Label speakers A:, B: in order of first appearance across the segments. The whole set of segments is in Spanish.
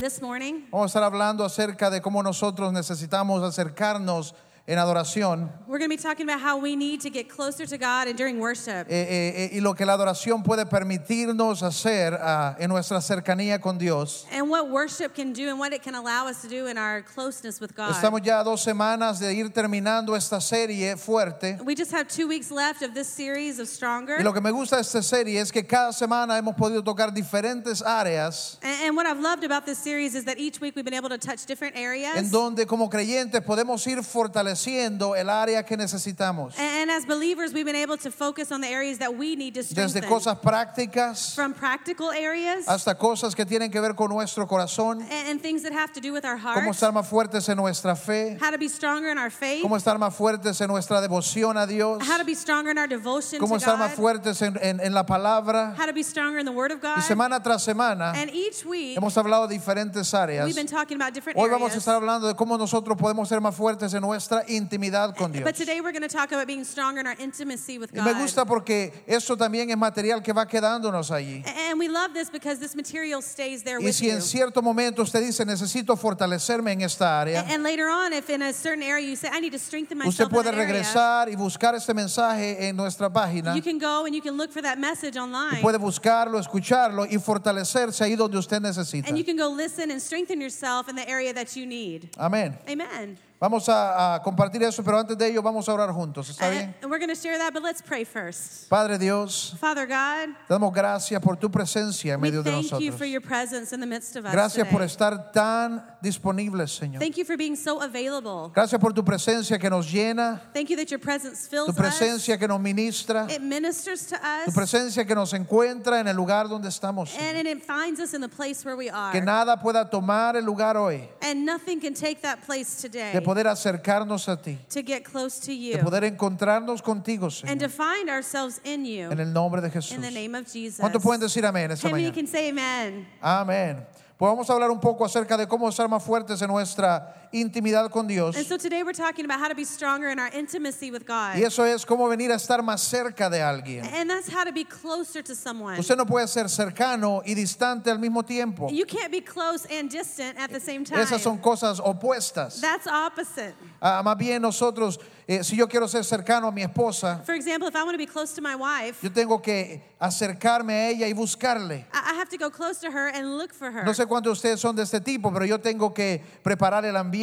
A: This morning,
B: Vamos a estar hablando acerca de cómo nosotros necesitamos acercarnos en adoración
A: we're going to be talking about how we need to get closer to God and during worship.
B: eh, eh, eh, y lo que la adoración puede permitirnos hacer ah, en nuestra cercanía con Dios.
A: And what worship can do and what it can allow us to do in our closeness with God.
B: Estamos ya a dos semanas de ir terminando esta serie fuerte.
A: We just have two weeks left of this series of Stronger.
B: Y lo
A: And,
B: que me gusta de esta serie es que cada semana hemos podido tocar diferentes áreas
A: and what I've loved about this series is that each week we've been able to touch different
B: en
A: areas. And,
B: donde como creyentes podemos ir fortaleciendo el área que necesitamos.
A: and as believers, we've been able to focus on the areas that we need to
B: Desde
A: strengthen
B: cosas prácticas
A: from practical areas and,
B: hasta cosas que tienen que ver con nuestro corazón.
A: and things that have to do with our
B: cómo
A: hearts,
B: estar más fuertes en nuestra fe,
A: how to be stronger in our faith,
B: cómo estar más fuertes en nuestra devoción a Dios,
A: how to be stronger in our devotion to
B: cómo estar más
A: God,
B: fuertes en, en- en la palabra.
A: how to be stronger in the Word of
B: Y
A: God.
B: semana tras semana
A: And each week,
B: hemos hablado de diferentes áreas.
A: we've been talking about different
B: Hoy vamos a
A: areas.
B: estar hablando de cómo nosotros podemos ser más fuertes en nuestra intimidad con Dios.
A: But today we're going to talk about being stronger in our intimacy with
B: Y me
A: God.
B: gusta porque eso también es material que va quedándonos allí.
A: And we love this because this material stays there
B: Y
A: with
B: si
A: you.
B: en cierto momento usted dice, necesito fortalecerme en esta área,
A: And later on, if in a certain area you say, I need to strengthen
B: usted
A: myself in
B: puede
A: that area,
B: regresar y buscar este mensaje en nuestra página.
A: you can go and you can look for that message
B: Y
A: online.
B: puede buscarlo, escucharlo y fortalecerse ahí donde usted necesita.
A: And you can go listen and strengthen yourself in the area that you need.
B: Amén.
A: Amen.
B: Vamos a, a compartir eso, pero antes de ello vamos a orar juntos. ¿Está
A: And,
B: bien?
A: and we're going to share that, but let's pray first.
B: Padre Dios,
A: Father God,
B: te damos gracias por tu presencia en
A: we
B: medio de
A: thank you
B: nosotros.
A: for your presence in the midst of us.
B: Gracias por
A: today.
B: estar tan disponible, Señor.
A: Thank you for being so available.
B: Gracias por tu presencia que nos llena,
A: Thank you that your presence fills
B: tu
A: us.
B: presencia que nos ministra,
A: It ministers to
B: tu
A: us.
B: presencia que nos encuentra en el lugar donde estamos. Señor.
A: And it finds us in the place where we are.
B: Que nada pueda tomar el lugar hoy
A: And nothing can take that place today
B: de poder acercarnos a ti,
A: to get close to
B: de
A: you
B: poder encontrarnos contigo, Señor.
A: and to find ourselves in
B: En
A: you
B: el nombre de Jesús.
A: in the name of Jesus.
B: ¿Cuántos pueden decir amén esta
A: How many
B: mañana?
A: can say amen?
B: Amén. Pues vamos a hablar un poco acerca de cómo ser más fuertes en nuestra intimidad con Dios.
A: And so today we're talking about how to be stronger in our intimacy with
B: Y
A: God.
B: eso es cómo venir a estar más cerca de alguien.
A: And that's how to be closer to someone.
B: Usted no puede ser cercano y distante al mismo tiempo.
A: You can't be close and distant at the same time.
B: E Esas son cosas opuestas.
A: That's opposite.
B: Ah, más bien nosotros, eh, si yo quiero ser cercano a mi esposa,
A: For example, if I want to be close to my wife,
B: yo tengo que acercarme a ella y buscarle.
A: I I have to go close to her and look for her.
B: No sé cuántos de ustedes son de este tipo, pero yo tengo que preparar el ambiente.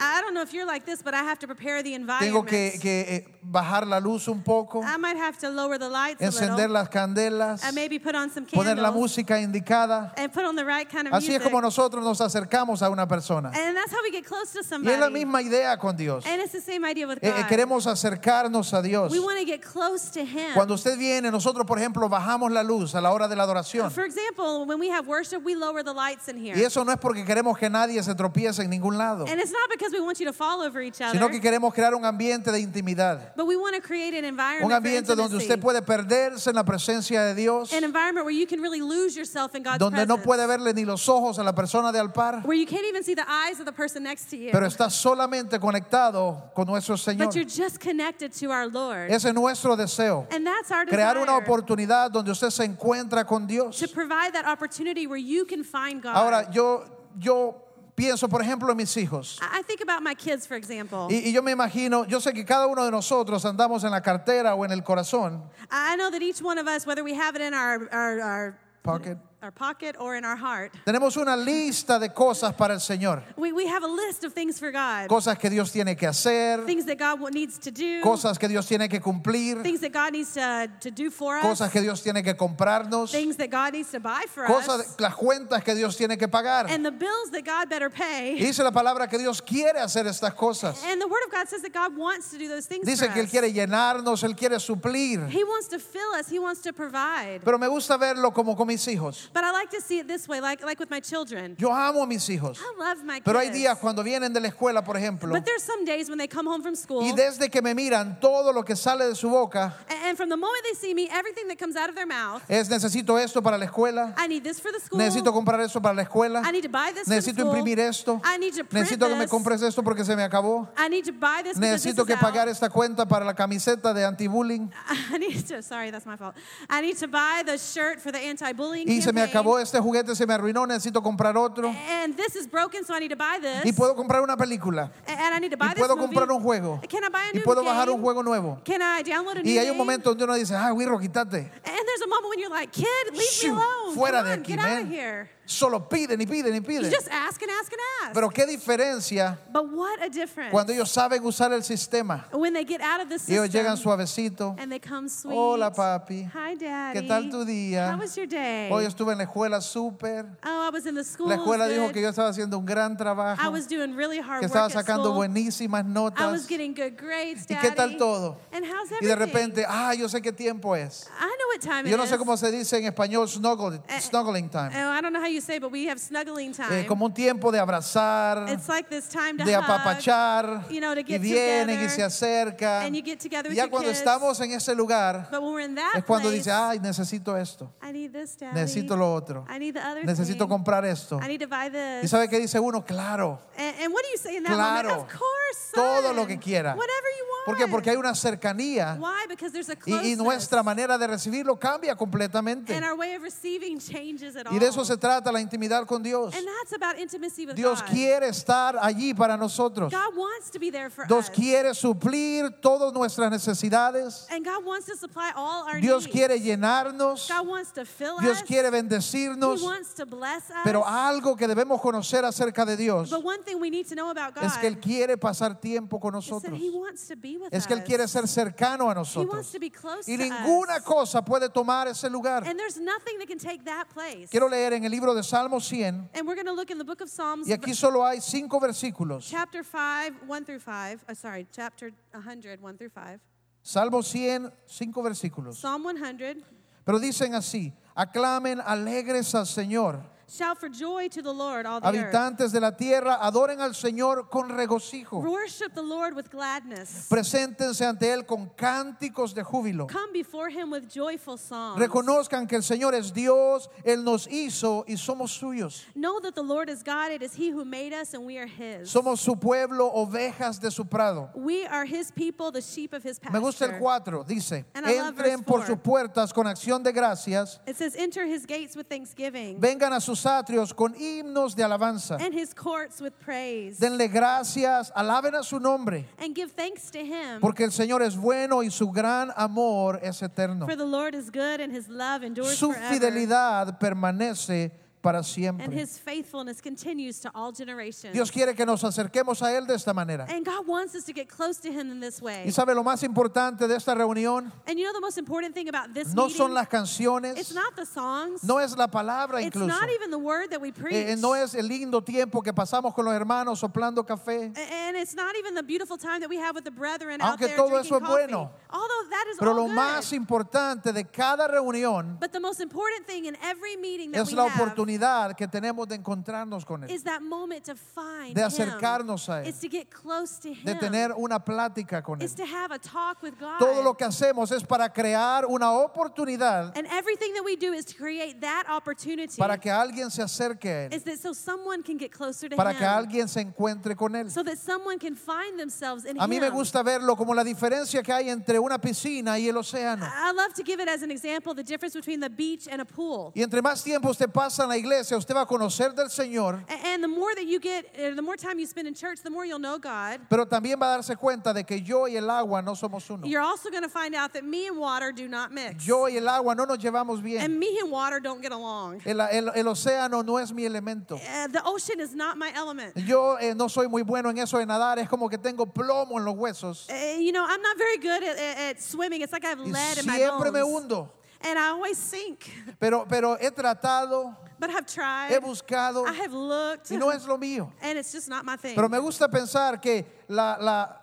A: I I don't know if you're like this, but I have to prepare the
B: Tengo
A: environment.
B: que, que, eh, bajar la luz un poco,
A: I might have to lower the lights a
B: encender
A: little
B: las candelas,
A: and maybe put on some
B: poner la
A: candles
B: música indicada.
A: and put on the right kind of
B: Así es
A: music.
B: como nosotros nos acercamos a una persona.
A: And that's how we get close to
B: Y es la
A: somebody.
B: misma idea con Dios. Eh,
A: And it's the same idea with
B: eh,
A: God.
B: queremos acercarnos a Dios.
A: We want to get close to Him.
B: Cuando usted viene, nosotros, por ejemplo, bajamos la luz a la hora de la adoración.
A: For example, when we have worship, we lower the lights in here.
B: Y eso no es porque queremos que nadie se tropiece en ningún lado,
A: And it's not because we want you to fall over each other,
B: sino que queremos crear un ambiente de intimidad.
A: but we want to create an environment
B: Un
A: for
B: ambiente donde
A: intimacy.
B: usted puede perderse en la presencia de Dios,
A: an environment where you can really lose yourself in God's
B: donde no
A: presence.
B: puede verle ni los ojos a la persona de al par.
A: where you can't even see the eyes of the person next to you.
B: pero está solamente conectado con nuestro Señor.
A: but you're just connected to our Lord.
B: Ese es nuestro deseo,
A: and that's our
B: crear
A: desire,
B: una oportunidad donde usted se encuentra con Dios.
A: to provide that opportunity where you can find God.
B: Ahora, yo, yo pienso, por ejemplo, en mis hijos.
A: I I think about my kids, for example.
B: Y, y yo me imagino, yo sé que cada uno de nosotros andamos en la cartera o en el corazón,
A: I I know that each one of us, whether we have it in our, our, our,
B: pocket.
A: our pocket or in our heart,
B: Tenemos una lista de cosas para el Señor,
A: we, we have a list of things for God.
B: cosas que Dios tiene que hacer,
A: things that God wa- needs to do.
B: cosas que Dios tiene que cumplir,
A: things that God needs to, to do for us.
B: cosas que Dios tiene que comprarnos,
A: things that God needs to buy for
B: cosas,
A: us.
B: las cuentas que Dios tiene que pagar.
A: And the bills that God better pay.
B: Y Dice la palabra que Dios quiere hacer estas cosas.
A: And the Word of God says that God wants to do those things
B: Dice
A: for
B: que Él
A: us.
B: quiere llenarnos, Él quiere suplir.
A: He wants to fill us. He wants to provide.
B: Pero me gusta verlo como con mis hijos.
A: But I like to see it this way, like, like with my children.
B: Yo amo a mis hijos.
A: I love my kids.
B: Pero hay días cuando vienen de la escuela, por ejemplo,
A: Ah, but there's some days when they come home from school,
B: y
A: a-
B: desde que me miran, todo lo que sale de su boca
A: and from the moment they see me, everything that comes out of their mouth,
B: es necesito esto para la escuela,
A: I need this for the school.
B: necesito comprar esto para la escuela,
A: I need to buy this for the
B: necesito
A: school.
B: imprimir esto,
A: I need to print
B: necesito que me
A: this.
B: compres esto porque se me acabó,
A: I need to buy this because this
B: necesito que
A: is out.
B: pagar esta cuenta para la camiseta de anti-bullying
A: I need to, sorry, that's my fault. I need to buy the shirt for the anti-bullying
B: y se me me acabó este juguete, se me arruinó, necesito comprar otro.
A: And this is broken, so I need to buy this.
B: Y puedo comprar una película.
A: A- and I need to buy
B: Y
A: this
B: puedo
A: movie.
B: comprar un juego.
A: Can I buy a
B: Y
A: new
B: puedo bajar
A: game?
B: un juego nuevo.
A: Can I download a new
B: Y hay un
A: game?
B: momento donde uno dice, ah, Wirro, quítate.
A: And there's a moment when you're like, kid, leave
B: Shoo,
A: me alone.
B: fuera
A: Come
B: de
A: on,
B: aquí,
A: get out of
B: man.
A: here.
B: Solo piden y piden y
A: You
B: piden.
A: just ask and ask and ask.
B: Pero qué diferencia
A: but what a difference.
B: cuando ellos saben usar el sistema.
A: when they get out of the
B: Y ellos
A: system
B: llegan suavecito.
A: and they come sweet.
B: Hola, papi.
A: Hi, Daddy.
B: ¿Qué tal tu día?
A: How was your day?
B: Hoy estuve en la escuela súper.
A: oh, I was in the school.
B: La
A: it was
B: escuela dijo
A: good.
B: que yo estaba haciendo un gran
A: I
B: trabajo,
A: was doing really hard
B: que
A: work
B: estaba
A: at
B: sacando
A: school.
B: buenísimas
A: I
B: notas.
A: was getting good grades,
B: ¿Y
A: Daddy.
B: qué tal todo?
A: And how's
B: Y de
A: everything?
B: repente, ah, yo sé qué tiempo es.
A: I know what time
B: Y
A: it
B: Yo no sé
A: is.
B: cómo se dice en español snuggle-
A: Eh,
B: snuggling time.
A: Oh, I don't know how you say, but we have snuggling time.
B: Eh, como un tiempo de abrazar,
A: it's like this time to
B: de
A: hug,
B: apapachar.
A: you know, to
B: Y
A: get
B: vienen y
A: together,
B: se acercan.
A: and you get together
B: Y
A: with
B: ya
A: your
B: cuando
A: kids.
B: estamos en ese lugar,
A: But when we're in that
B: es cuando
A: place,
B: dice, ay, necesito esto,
A: I need this, Daddy.
B: necesito lo otro,
A: I need the other
B: necesito
A: thing.
B: comprar esto.
A: I need to buy this.
B: ¿Y sabe qué dice uno? Claro.
A: and, and what do you say in that
B: Claro.
A: moment? Of course,
B: Todo
A: son.
B: lo que quiera.
A: Whatever you want.
B: ¿Por qué? Porque hay una cercanía
A: Why? Because there's a closeness.
B: y, y nuestra manera de recibirlo cambia completamente.
A: And our way of receiving changes at all.
B: Y de eso se trata la intimidad con Dios.
A: And that's about intimacy with
B: Dios
A: God.
B: quiere estar allí para nosotros.
A: God wants to be there for
B: Dios
A: us.
B: quiere suplir todas nuestras necesidades.
A: And God wants to supply all our
B: Dios
A: needs.
B: quiere llenarnos.
A: God wants to fill
B: Dios
A: us.
B: quiere
A: He
B: bendecirnos.
A: wants to bless us.
B: Pero algo que debemos conocer acerca de Dios
A: but one thing we need to know about God
B: es que Él quiere pasar tiempo con
A: is that
B: nosotros.
A: He wants to be with
B: Es que Él
A: us.
B: quiere ser cercano a
A: he wants
B: nosotros.
A: to be close
B: Y
A: to
B: ninguna
A: us.
B: cosa puede tomar ese lugar.
A: And there's nothing that can take that place.
B: Quiero leer en el libro de Salmo 100
A: and we're going to look in the book of Psalms,
B: y aquí solo hay cinco versículos.
A: chapter 5, 1 through 5. Uh, sorry, chapter 100, 1 through 5.
B: Salmo 100, cinco versículos.
A: Psalm 100
B: Pero dicen así, aclamen alegres al Señor.
A: Shout for joy to the Lord, all the earth.
B: Habitantes de la tierra, adoren al Señor con regocijo.
A: Worship the Lord with gladness.
B: Preséntense ante Él con cánticos de júbilo.
A: Come before him with joyful songs.
B: Reconozcan que el Señor es Dios, Él nos hizo y somos suyos.
A: know that the Lord is God. It is he who made us, and we are his.
B: Somos su pueblo, ovejas de su prado.
A: We are his people, the sheep of his pasture.
B: Me gusta el 4, dice,
A: And I love
B: entren
A: verse
B: por
A: four.
B: sus puertas con acción de gracias,
A: It says, Enter his gates with thanksgiving
B: vengan a sus atrios con himnos de alabanza,
A: and his courts with praise.
B: denle gracias, alaben a su nombre,
A: and give thanks to him.
B: porque el Señor es bueno y su gran amor es eterno.
A: for the Lord is good, and his love endures
B: Su
A: forever.
B: fidelidad permanece para
A: and
B: siempre.
A: his faithfulness continues to all generations.
B: Dios quiere que nos acerquemos a Él de esta manera.
A: and God wants us to get close to him in this way.
B: Y sabe lo más importante de esta reunión,
A: and you know the most important thing about this
B: no
A: meeting?
B: son las
A: It's
B: canciones,
A: not the songs.
B: no es la palabra
A: it's
B: incluso.
A: not even the word that we preach.
B: Eh, eh, no es el lindo tiempo que pasamos con los hermanos soplando café.
A: A- and it's not even the beautiful time that we have with the brethren out
B: Aunque
A: there
B: todo
A: drinking
B: eso es
A: coffee.
B: bueno.
A: Although that is
B: Pero
A: all
B: lo
A: good.
B: más importante de cada reunión
A: But the most important thing in every meeting that
B: es
A: we
B: la
A: have
B: oportunidad que tenemos de encontrarnos con Él,
A: is that moment to find
B: De
A: Him.
B: acercarnos a Él.
A: It's to get close to Him.
B: de tener una plática con Él.
A: It's to have a talk with God.
B: Todo lo que hacemos es para crear una oportunidad
A: and everything that we do is to create that opportunity.
B: para que alguien se acerque a Él,
A: is that so someone can get closer to
B: para
A: Him.
B: que alguien se encuentre con Él.
A: so that someone can find themselves in
B: A mí
A: Him.
B: me gusta verlo como la diferencia que hay entre una piscina y el océano.
A: I I love to give it as an example the difference between the beach and a pool.
B: Y entre más tiempo usted pasa en la iglesia, usted va a conocer del Señor,
A: A- And the more that you get, uh, the more time you spend in church, the more you'll know God.
B: pero también va a darse cuenta de que yo y el agua no somos uno.
A: You're also going to find out that me and water do not mix.
B: Yo y el agua no nos llevamos bien.
A: and me and water don't get along.
B: El, el- el océano no es mi elemento.
A: Uh, the ocean is not my element.
B: Yo eh, no soy muy bueno en eso de nadar, es como que tengo plomo en los huesos.
A: Uh, you know, I'm not very good at, at, at swimming. It's like I have
B: Y
A: lead in my
B: siempre me
A: bones.
B: hundo.
A: And I always sink.
B: Pero, pero he tratado,
A: But I've tried.
B: he buscado
A: I have looked.
B: y no es lo mío.
A: and it's just not my thing.
B: Pero me gusta pensar que la, la-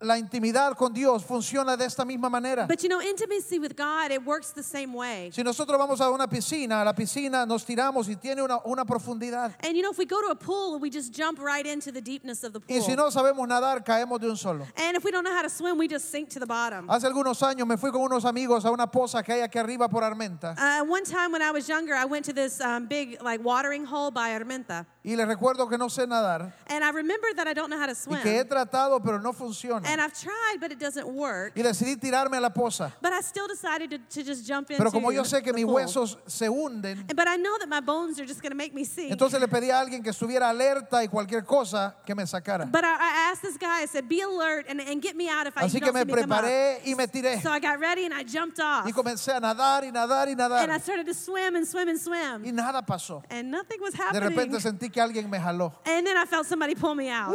B: la intimidad con Dios funciona de esta misma manera.
A: but you know, intimacy with God, it works the same way.
B: Si nosotros vamos a una piscina, a la piscina nos tiramos y tiene una, una profundidad.
A: And you know, if we go to a pool, we just jump right into the deepness of the pool.
B: Y si no sabemos nadar, caemos de un solo.
A: and if we don't know how to swim, we just sink to the bottom.
B: Hace algunos años me fui con unos amigos a una poza que hay aquí arriba por Armenta.
A: Uh, one time when I was younger, I went to this um, big like watering hole by Armenta,
B: Y les recuerdo que no sé nadar
A: and I remember that I don't know how to swim,
B: y que he tratado, pero no funciona. funciona.
A: And I've tried, but it doesn't work.
B: Y decidí tirarme a la poza.
A: But I still decided to, to just jump into
B: Pero como yo sé que
A: the
B: mis
A: pool.
B: huesos se hunden,
A: But I know that my bones are just going to make me sink.
B: entonces le pedí a alguien que estuviera alerta y cualquier cosa que me sacara.
A: but I, I asked this guy, I said, be alert and, and get me out if I
B: Así
A: you
B: que
A: don't
B: me
A: see me come up."
B: preparé y me tiré.
A: So I got ready and I jumped off.
B: Y comencé a nadar y nadar y
A: and I
B: nadar.
A: started to swim and swim and swim.
B: Y nada pasó.
A: and nothing was
B: De
A: happening.
B: repente sentí que alguien me jaló.
A: and then I felt somebody pull me out.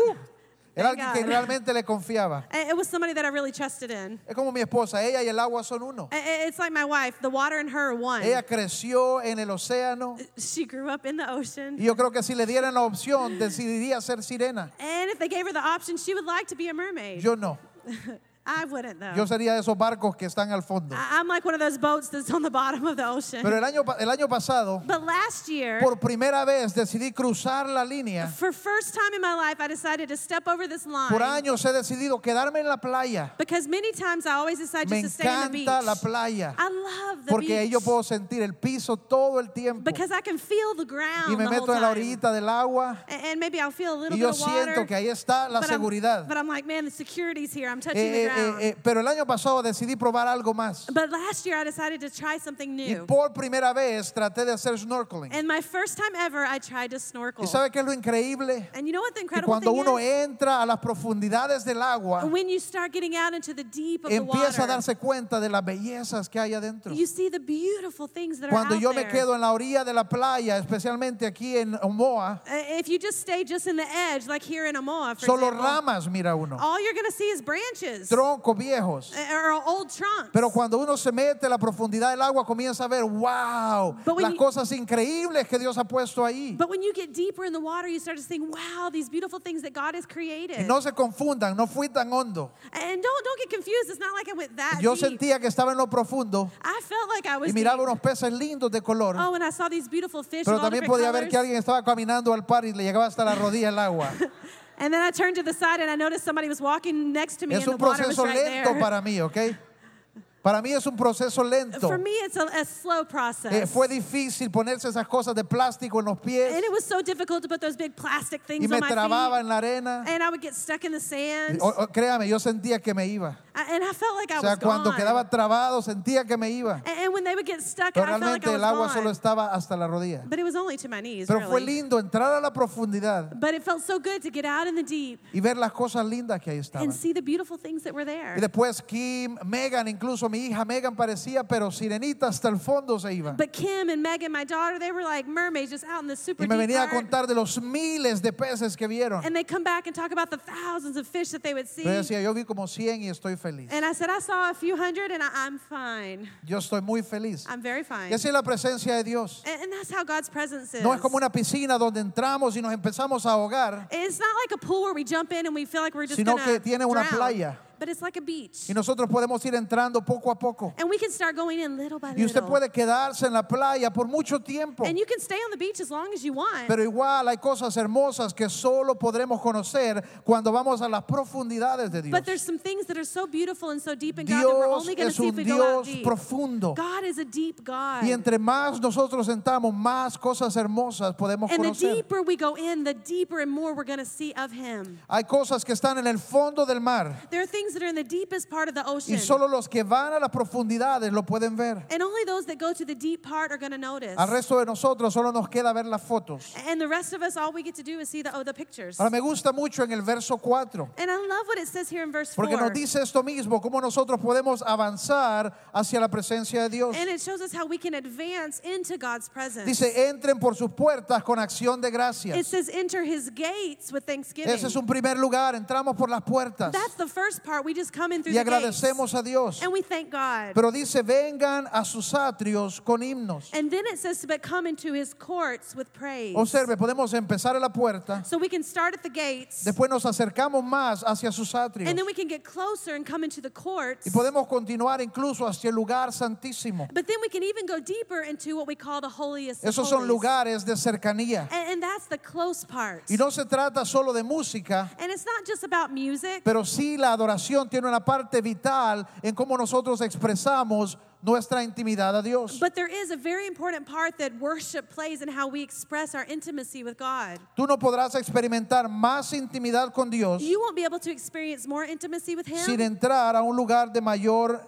B: Era
A: Thank
B: alguien que
A: God.
B: realmente le confiaba.
A: And It was somebody that I really trusted in.
B: Es como mi esposa, ella y el agua son uno.
A: I- I- It's like my wife. The water and her are one.
B: Ella creció en el océano
A: She grew up in the ocean.
B: y yo creo que si le dieran la opción decidiría ser sirena.
A: And if they gave her the option, she would like to be a mermaid.
B: Yo no,
A: I wouldn't, though.
B: yo sería de esos barcos que están al fondo.
A: I- I'm like one of those boats that's on the bottom of the ocean.
B: Pero el año, pa- el año pasado,
A: but last year,
B: por primera vez decidí cruzar la línea.
A: for first time in my life, I decided to step over this line.
B: Por años he decidido quedarme en la playa.
A: because many times I always decide
B: Me
A: just to stay on the beach.
B: encanta la playa
A: I love the
B: porque ahí
A: beach.
B: yo puedo sentir el piso todo el tiempo
A: because I can feel the ground
B: y
A: the
B: me
A: whole
B: meto en la
A: time.
B: orillita del agua
A: A- And maybe I'll feel a little
B: y
A: bit
B: yo
A: of water.
B: siento que ahí está la
A: but, I'm,
B: seguridad.
A: but I'm like, man, the security's here. I'm touching
B: Eh,
A: the
B: eh,
A: ground.
B: eh, eh, pero el año pasado decidí probar algo más.
A: But last year I decided to try something
B: Y
A: new.
B: por primera vez traté de hacer snorkeling.
A: And my first time ever, I tried to snorkel.
B: ¿Y sabe qué es lo increíble?
A: and you know what the
B: Que
A: incredible
B: cuando
A: thing
B: uno
A: is?
B: entra a las profundidades del agua,
A: when you start getting out into the deep of the
B: empieza
A: water,
B: a darse cuenta de las bellezas que hay adentro.
A: you see the beautiful things that
B: Cuando
A: are out
B: yo
A: there.
B: me quedo en la orilla de la playa, especialmente aquí en Omoa,
A: Uh, if you just stay just in the edge, like here in Amoa, for
B: solo
A: example,
B: ramas mira uno,
A: all you're going to see is branches
B: troncos viejos.
A: uh, or old trunks.
B: Pero cuando uno se mete a la profundidad del agua, comienza a ver, wow,
A: But when
B: las
A: you-
B: cosas increíbles que Dios ha puesto ahí.
A: but when you get deeper in the water, you start to think, wow, these beautiful things that God has created.
B: Y no se confundan, no fui tan hondo.
A: And don't don't get confused. It's not like I went that
B: Yo
A: deep.
B: sentía que estaba en lo profundo
A: I felt like I
B: y
A: was.
B: miraba
A: deep.
B: unos peces lindos de color,
A: Pues Oh, and I saw these beautiful fish.
B: pero
A: of all
B: también
A: different
B: podía ver que
A: colors.
B: alguien estaba caminando al par y le llegaba hasta la rodilla el agua.
A: And then I turned to the side and I noticed somebody was walking next to me
B: Es
A: and
B: un
A: the water was
B: proceso
A: right
B: lento
A: there.
B: para mí, ¿ok? Para mí es un proceso lento.
A: For me, it's a, a slow process.
B: Eh, fue difícil ponerse esas cosas de plástico en los pies
A: and it was so difficult to put those big plastic things
B: y me
A: on my
B: trababa
A: feet.
B: en la arena.
A: And I would get stuck in the sand.
B: O- o- créame, yo sentía que me iba.
A: I- and I felt like I
B: O sea,
A: was
B: cuando
A: gone.
B: quedaba trabado sentía que me iba.
A: A- and, when they would get stuck,
B: Pero
A: I felt like
B: realmente
A: I was
B: el agua
A: gone.
B: solo estaba hasta la rodilla.
A: But it was only to my knees,
B: Pero fue
A: really.
B: lindo entrar a la profundidad
A: But it felt so good to get out in the deep
B: y ver las cosas lindas que ahí estaban.
A: and see the beautiful things that were there.
B: Y después Kim, Megan, incluso mi hija Megan parecía, pero sirenita hasta el fondo se iba.
A: But Kim and Megan, my daughter, they were like mermaids just out in the super
B: Y me
A: deep
B: venía a
A: part.
B: contar de los miles de peces que vieron.
A: And they come back and talk about the thousands of fish that they would see.
B: Pero yo decía, yo vi como 100 y estoy feliz.
A: And I said, I saw a few hundred and I, I'm fine.
B: Yo estoy muy feliz.
A: I'm very fine.
B: Y así es la presencia de Dios.
A: and, and that's how God's presence is.
B: No es como una piscina donde entramos y nos empezamos a ahogar
A: it's not like a pool where we jump in and we feel like we're just
B: Sino
A: gonna
B: que tiene una
A: drown.
B: playa.
A: But it's like a beach.
B: y nosotros podemos ir entrando poco a poco.
A: and we can start going in little by
B: Y usted
A: little.
B: puede quedarse en la playa por mucho tiempo.
A: and you can stay on the beach as long as you want.
B: Pero igual hay cosas hermosas que solo podremos conocer cuando vamos a las profundidades de Dios.
A: but there's some things that are so beautiful and so deep in God that we're
B: Dios
A: only going to
B: es
A: see if
B: un
A: we go out
B: Dios
A: deep.
B: profundo.
A: God is a deep God.
B: Y entre más nosotros sentamos, más cosas hermosas podemos
A: and the
B: conocer.
A: deeper we go in, the deeper and more we're going to see of Him.
B: Hay cosas que están en el fondo del mar
A: There are things that are in the deepest part of the ocean.
B: y solo los que van a las profundidades lo pueden ver.
A: and only those that go to the deep part are going to notice.
B: Al resto de nosotros solo nos queda ver las fotos.
A: and the rest of us, all we get to do is see the, oh, the pictures.
B: Ahora me gusta mucho en el verso 4,
A: and I love what it says here in verse 4.
B: porque nos dice esto mismo, cómo nosotros podemos avanzar hacia la presencia de Dios.
A: and it shows us how we can advance into God's presence.
B: Dice, entren por sus puertas con acción de
A: it
B: gracias.
A: says, enter His gates with thanksgiving.
B: Ese es un primer lugar, entramos por las puertas
A: That's the first part. We just come in through
B: y
A: the gates.
B: agradecemos a Dios.
A: And we thank God.
B: Pero dice, vengan a sus atrios con himnos.
A: and then it says, but come into His courts with praise.
B: Observe, podemos empezar a la puerta,
A: so we can start at the gates.
B: después nos acercamos más hacia sus atrios
A: And then we can get closer and come into the courts.
B: y podemos continuar incluso hacia el lugar santísimo.
A: But then we can even go deeper into what we call the holiest. of
B: Esos son
A: holies.
B: lugares de cercanía.
A: And, and that's the close part.
B: Y no se trata solo de música,
A: and it's not just about music,
B: pero sí la adoración tiene una parte vital en cómo nosotros expresamos nuestra intimidad a Dios.
A: But there is a very important part that worship plays in how we express our intimacy with God.
B: Tú no podrás experimentar más intimidad con Dios
A: You won't be able to experience more intimacy with Him
B: sin entrar a un lugar de mayor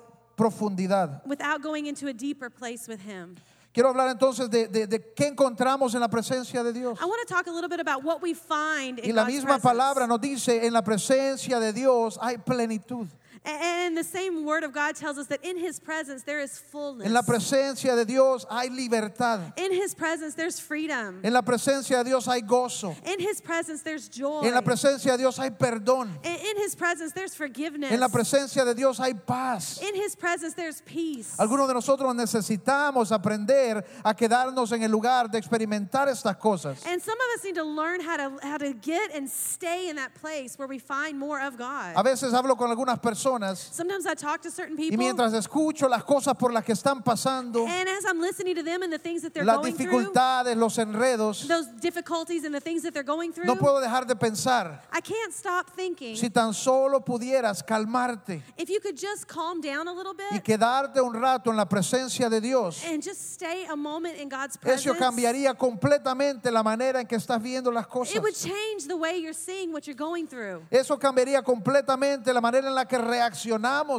B: profundidad.
A: without going into a deeper place with Him.
B: Quiero hablar entonces de, de- de qué encontramos en la presencia de Dios.
A: I want to talk a little bit about what we find in
B: Y la
A: God's
B: misma
A: presence.
B: palabra nos dice, en la presencia de Dios hay plenitud.
A: A- And the same word of God tells us that in his presence there is fullness.
B: En la presencia de Dios hay libertad.
A: in his presence there's freedom.
B: En la presencia de Dios hay gozo.
A: In his presence there's joy.
B: En la presencia de Dios hay perdón.
A: in, in his presence there's forgiveness.
B: En la presencia de Dios hay paz.
A: in his presence there's peace.
B: Algunos de nosotros necesitamos aprender a quedarnos en el lugar de experimentar estas cosas.
A: and some of us need to learn how to how to get and stay in that place where we find more of God.
B: A veces hablo con algunas personas
A: Sometimes I talk to certain
B: y
A: people
B: mientras escucho las cosas por las que están pasando,
A: and as I'm listening to them and the things that they're
B: las
A: going
B: dificultades, los
A: through,
B: enredos,
A: those difficulties and the things that they're going through,
B: no puedo dejar de pensar,
A: I can't stop thinking.
B: si tan solo pudieras calmarte
A: if you could just calm down a little
B: y
A: bit
B: quedarte un rato en la presencia de Dios,
A: and just stay a moment in God's
B: eso
A: presence,
B: cambiaría completamente la manera en que estás viendo las cosas.
A: it would change the way you're seeing what you're going through.
B: Eso cambiaría completamente la manera en la que reaccionamos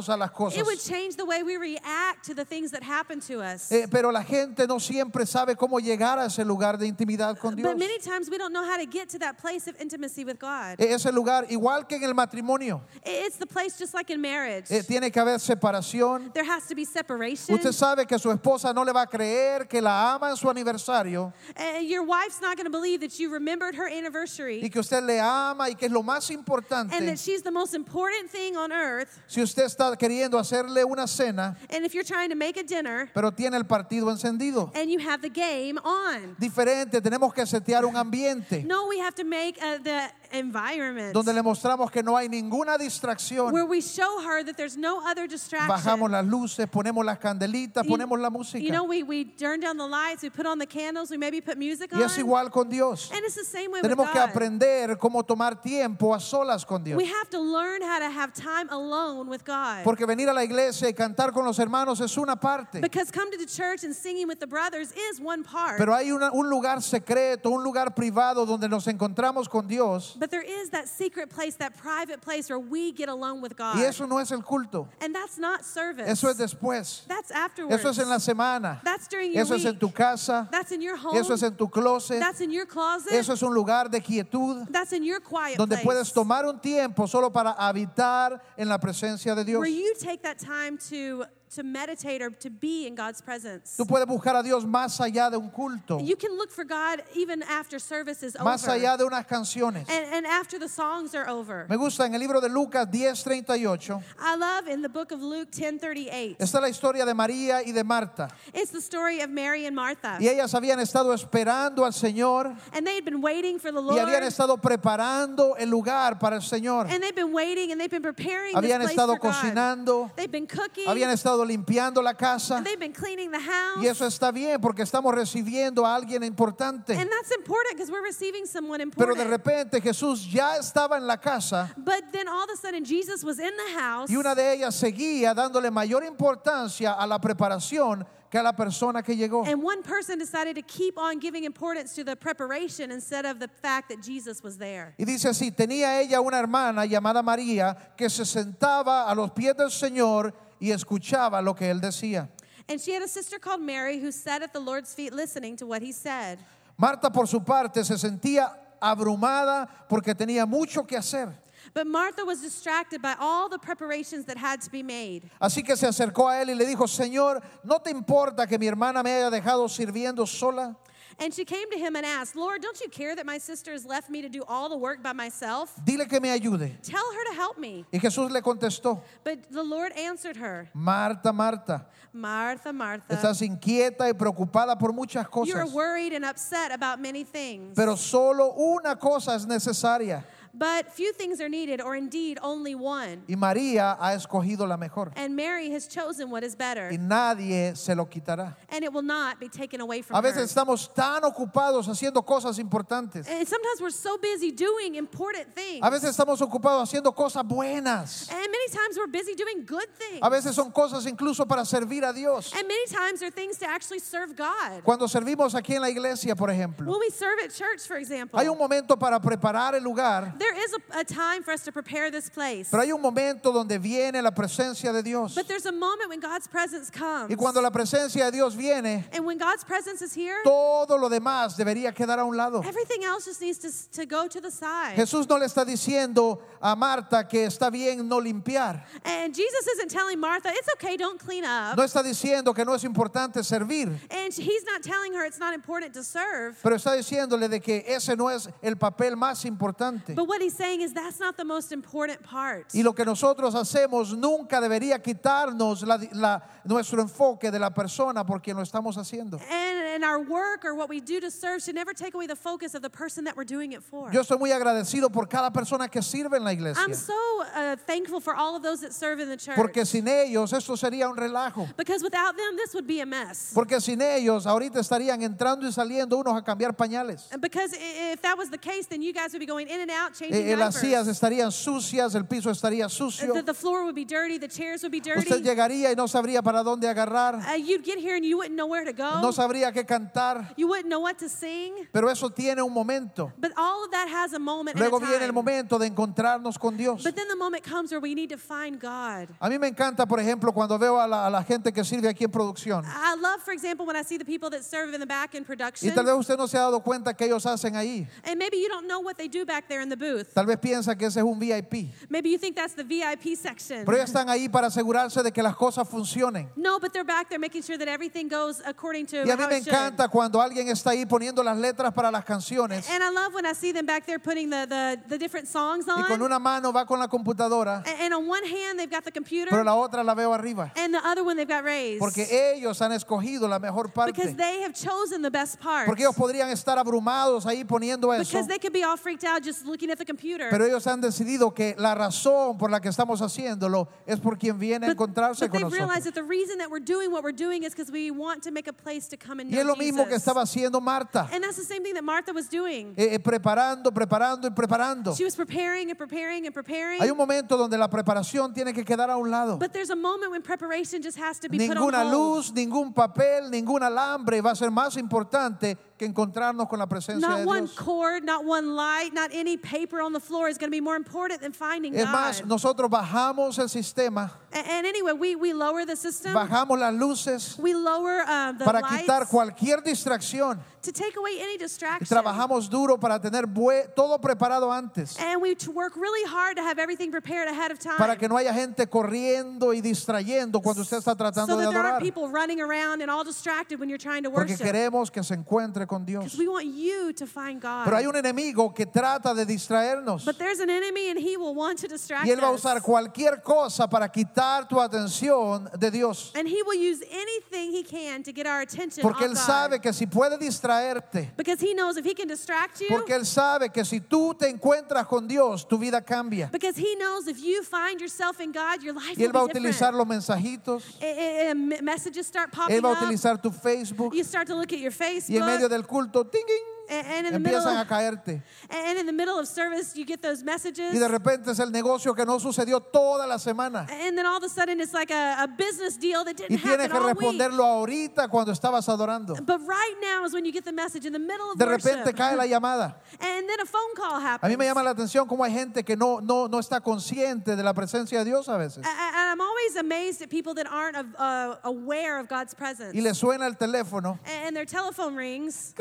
B: a las cosas.
A: It would change the way we react to the things that happen to us.
B: Eh, pero la gente no siempre sabe cómo llegar a ese lugar de intimidad con Dios.
A: But many times we don't know how to get to that place of intimacy with God.
B: E- Ese lugar, igual que en el matrimonio,
A: I- It's the place just like in marriage.
B: eh, tiene que haber separación.
A: There has to be separation.
B: Usted sabe que su esposa no le va a creer que la ama en su aniversario
A: Uh, your wife's not going to believe that you remembered her
B: y
A: anniversary
B: que usted le ama y que es lo más
A: and
B: importante.
A: that she's the most important thing on earth.
B: Si usted está queriendo hacerle una cena,
A: And if you're trying to make a dinner
B: pero tiene el partido encendido.
A: and you have the game on,
B: Diferente, tenemos que setear un ambiente
A: no, we have to make uh, the environment
B: donde le mostramos que no hay ninguna distracción.
A: where we show her that there's no other distraction.
B: Bajamos las luces, ponemos las candelitas, ponemos la música.
A: You know, we, we turn down the lights, we put on the candles, we maybe put music on.
B: Y es igual con Dios.
A: And it's the same way with
B: Tenemos que
A: God.
B: aprender cómo tomar tiempo a solas con Dios.
A: We have to learn how to have time alone with God.
B: Porque venir a la iglesia y cantar con los hermanos es una parte.
A: because come to the church and singing with the brothers is one part.
B: Pero hay una- un lugar secreto, un lugar privado donde nos encontramos con Dios.
A: But there is that secret place, that private place where we get alone with God.
B: Y eso no es el culto.
A: and that's not service.
B: Eso es después.
A: that's afterwards.
B: Eso es en la semana.
A: that's during your
B: Eso es
A: week.
B: en tu casa.
A: that's in your home.
B: Eso es en tu closet.
A: that's in your closet.
B: Eso es un lugar de quietud
A: that's in your quiet
B: donde
A: place.
B: puedes tomar un tiempo solo para habitar en la presencia de Dios.
A: Where you take that time to to meditate or to be in God's presence.
B: Tú puedes buscar a Dios más allá de un culto.
A: You can look for God even after service is
B: más
A: over.
B: allá de unas canciones.
A: and, and after the songs are over.
B: Me gusta en el libro de Lucas 10:38.
A: I love in the book of Luke 10:38.
B: Está la historia de María y de Marta.
A: It's the story of Mary and Martha.
B: Y ellas habían estado esperando al Señor
A: And they had been waiting for the
B: y habían
A: Lord.
B: estado preparando el lugar para el Señor.
A: And they've been waiting and they've been preparing
B: Habían
A: this place
B: estado
A: for God.
B: cocinando,
A: They've been cooking.
B: habían estado limpiando la casa.
A: and they've been cleaning the house.
B: Y eso está bien porque estamos recibiendo a alguien importante.
A: and that's important because we're receiving someone
B: Pero
A: important.
B: de repente Jesús ya estaba en la casa
A: but then all of a sudden Jesus was in the house.
B: y una de ellas seguía dándole mayor importancia a la preparación que a la persona que llegó.
A: and one person decided to keep on giving importance to the preparation instead of the fact that Jesus was there.
B: Y dice así, tenía ella una hermana llamada María que se sentaba a los pies del Señor y escuchaba lo que él decía.
A: And she had a sister called Mary who sat at the Lord's feet listening to what he said.
B: Marta por su parte se sentía abrumada porque tenía mucho que hacer.
A: But Martha was distracted by all the preparations that had to be made.
B: Así que se acercó a él y le dijo, Señor, ¿no te importa que mi hermana me haya dejado sirviendo sola?
A: And she came to him and asked, Lord, don't you care that my sister has left me to do all the work by myself?
B: Dile que me ayude.
A: Tell her to help me.
B: Y Jesús le contestó,
A: But the Lord answered her,
B: Marta, Marta,
A: Ah. Martha, Martha,
B: estás inquieta y preocupada por muchas
A: you are
B: cosas,
A: worried and upset about many things,
B: pero solo una cosa es necesaria.
A: But few things are needed, or indeed only one.
B: Y María ha escogido la mejor.
A: And Mary has chosen what is better,
B: Y nadie se lo quitará.
A: and it will not be taken away from
B: A veces
A: her.
B: estamos tan ocupados haciendo cosas importantes.
A: And sometimes we're so busy doing important things.
B: A veces estamos ocupados haciendo cosas buenas.
A: and many times we're busy doing good things.
B: A veces son cosas incluso para servir a Dios.
A: and many times are things to actually serve God.
B: Cuando servimos aquí en la iglesia, por ejemplo,
A: When we serve at church, for example,
B: hay un momento para preparar el lugar,
A: there is a, a time for us to prepare this place.
B: pero hay un momento donde viene la presencia de Dios.
A: But there's a moment when God's presence comes.
B: Y cuando la presencia de Dios viene,
A: and when God's presence is here,
B: todo lo demás debería quedar a un lado.
A: everything else just needs to, to go to the side.
B: Jesús no le está diciendo a Marta que está bien no limpiar.
A: And Jesus isn't telling Martha, it's okay, don't clean up.
B: No está diciendo que no es importante servir,
A: And he's not telling her it's not important to serve.
B: pero está diciéndole de que ese no es el papel más importante.
A: But what he's saying is that's not the most important part.
B: Y lo que nosotros hacemos nunca debería quitarnos la- la- nuestro enfoque de la persona por quien lo estamos haciendo.
A: And, and our work or what we do to serve should never take away the focus of the person that we're doing it for.
B: Yo estoy muy agradecido por cada persona que sirve en la iglesia,
A: I'm so uh, thankful for all of those that serve in the church.
B: porque sin ellos esto sería un relajo.
A: because without them, this would be a mess.
B: Porque sin ellos ahorita estarían entrando y saliendo unos a cambiar pañales.
A: And Because i- if that was the case, then you guys would be going in and out, changing
B: Eh, eh, las sillas
A: diapers.
B: estarían sucias, el piso estaría sucio.
A: The, the floor would be dirty, the chairs would be
B: Usted
A: dirty.
B: llegaría y no sabría para dónde agarrar,
A: Uh, you'd get here and you wouldn't know where to go.
B: no sabría qué cantar,
A: You wouldn't know what to sing.
B: pero eso tiene un momento.
A: But all of that has a moment
B: Luego
A: and a
B: viene el
A: time.
B: momento de encontrarnos con Dios.
A: But then the moment comes where we need to find God.
B: A mí me encanta, por ejemplo, cuando veo a la, a la gente que sirve aquí en producción.
A: I love, for example, when I see the people that serve in the back in
B: Y
A: production.
B: tal vez usted no se ha dado cuenta que ellos hacen ahí.
A: And maybe you don't know what they do back there in the booth.
B: Tal vez piensa que ese es un VIP.
A: Maybe you think that's the VIP section.
B: Pero ellos están ahí para asegurarse de que las cosas funcionen.
A: No, but they're back there making sure that everything goes according to
B: Y a mí
A: how
B: me
A: it should.
B: encanta cuando alguien está ahí poniendo las letras para las canciones
A: And I love when I see them back there putting the, the, the different songs
B: y
A: on.
B: con una mano va con la computadora,
A: A- and on one hand, they've got the computer,
B: pero la otra la veo arriba.
A: and the other one they've got raised.
B: Porque ellos han escogido la mejor
A: because
B: parte.
A: they have chosen the best part.
B: Porque ellos podrían estar abrumados ahí poniendo eso.
A: because they could be all freaked out just looking at the computer.
B: Pero ellos han decidido que la razón por la que estamos haciéndolo es por quien viene a
A: But-
B: encontrarse
A: but
B: con
A: they've realized
B: nosotros.
A: that the reason that we're doing what we're doing is because we want to make a place to come and
B: Y
A: know
B: es lo mismo que
A: Jesus.
B: estaba haciendo Marta,
A: And that's the same thing that Martha was doing.
B: eh, eh, preparando, preparando y preparando.
A: She was preparing and preparing and preparing.
B: Hay un momento donde la preparación tiene que quedar a un lado.
A: But there's a moment when preparation just has to be put
B: Ninguna
A: on hold.
B: luz, ningún papel, ningún alambre va a ser más importante que encontrarnos con la presencia
A: Not
B: de
A: one
B: Dios.
A: cord, not one light, not any paper on the floor is going to be more important than finding
B: Es
A: God.
B: más, nosotros bajamos el sistema,
A: A- and, anyway, we, we lower the system.
B: bajamos las luces
A: we lower uh, the
B: para
A: lights
B: quitar cualquier distracción.
A: to take away any
B: Y
A: distraction.
B: trabajamos duro para tener bue- todo preparado antes,
A: And we t- work really hard to have everything prepared ahead of time.
B: para que no haya gente corriendo y distrayendo cuando usted está
A: so
B: tratando de
A: that there
B: adorar.
A: aren't people running around and all distracted when you're trying to
B: Porque
A: worship.
B: queremos que se encuentre con Dios.
A: We want you to find God.
B: Pero hay un enemigo que trata de distraernos.
A: but there's an enemy and he will want to distract
B: Y él va a
A: us.
B: usar cualquier cosa para quitar tu atención de Dios.
A: and he will use anything he can to get our attention
B: Porque
A: on
B: él
A: God.
B: sabe que si puede distraerte,
A: because he knows if he can distract you,
B: porque él sabe que si tú te encuentras con Dios, tu vida cambia.
A: because he knows if you find yourself in God, your life
B: Y él va a
A: will be
B: utilizar los mensajitos,
A: different. Eh, eh, eh, me- messages start popping
B: él va a
A: up.
B: utilizar tu Facebook
A: You start to look at your Facebook,
B: y en medio del culto, tinguing,
A: a- and, in the middle,
B: empiezan a caerte.
A: and in the middle of service, you get those messages.
B: Y de repente es el negocio que no sucedió toda la semana.
A: And then all of a sudden, it's like a, a business deal that didn't
B: Y tienes
A: happen
B: que
A: all
B: responderlo ahorita cuando estabas adorando.
A: week. But right now is when you get the message in the middle of
B: De
A: worship,
B: repente cae la llamada.
A: and then a phone call
B: A
A: happens.
B: mí me llama la atención cómo hay gente que no, no, no está consciente de la presencia de Dios a veces.
A: A- a- and I'm always amazed at people that aren't of- uh, aware of God's presence.
B: Y le suena el teléfono
A: and their telephone rings.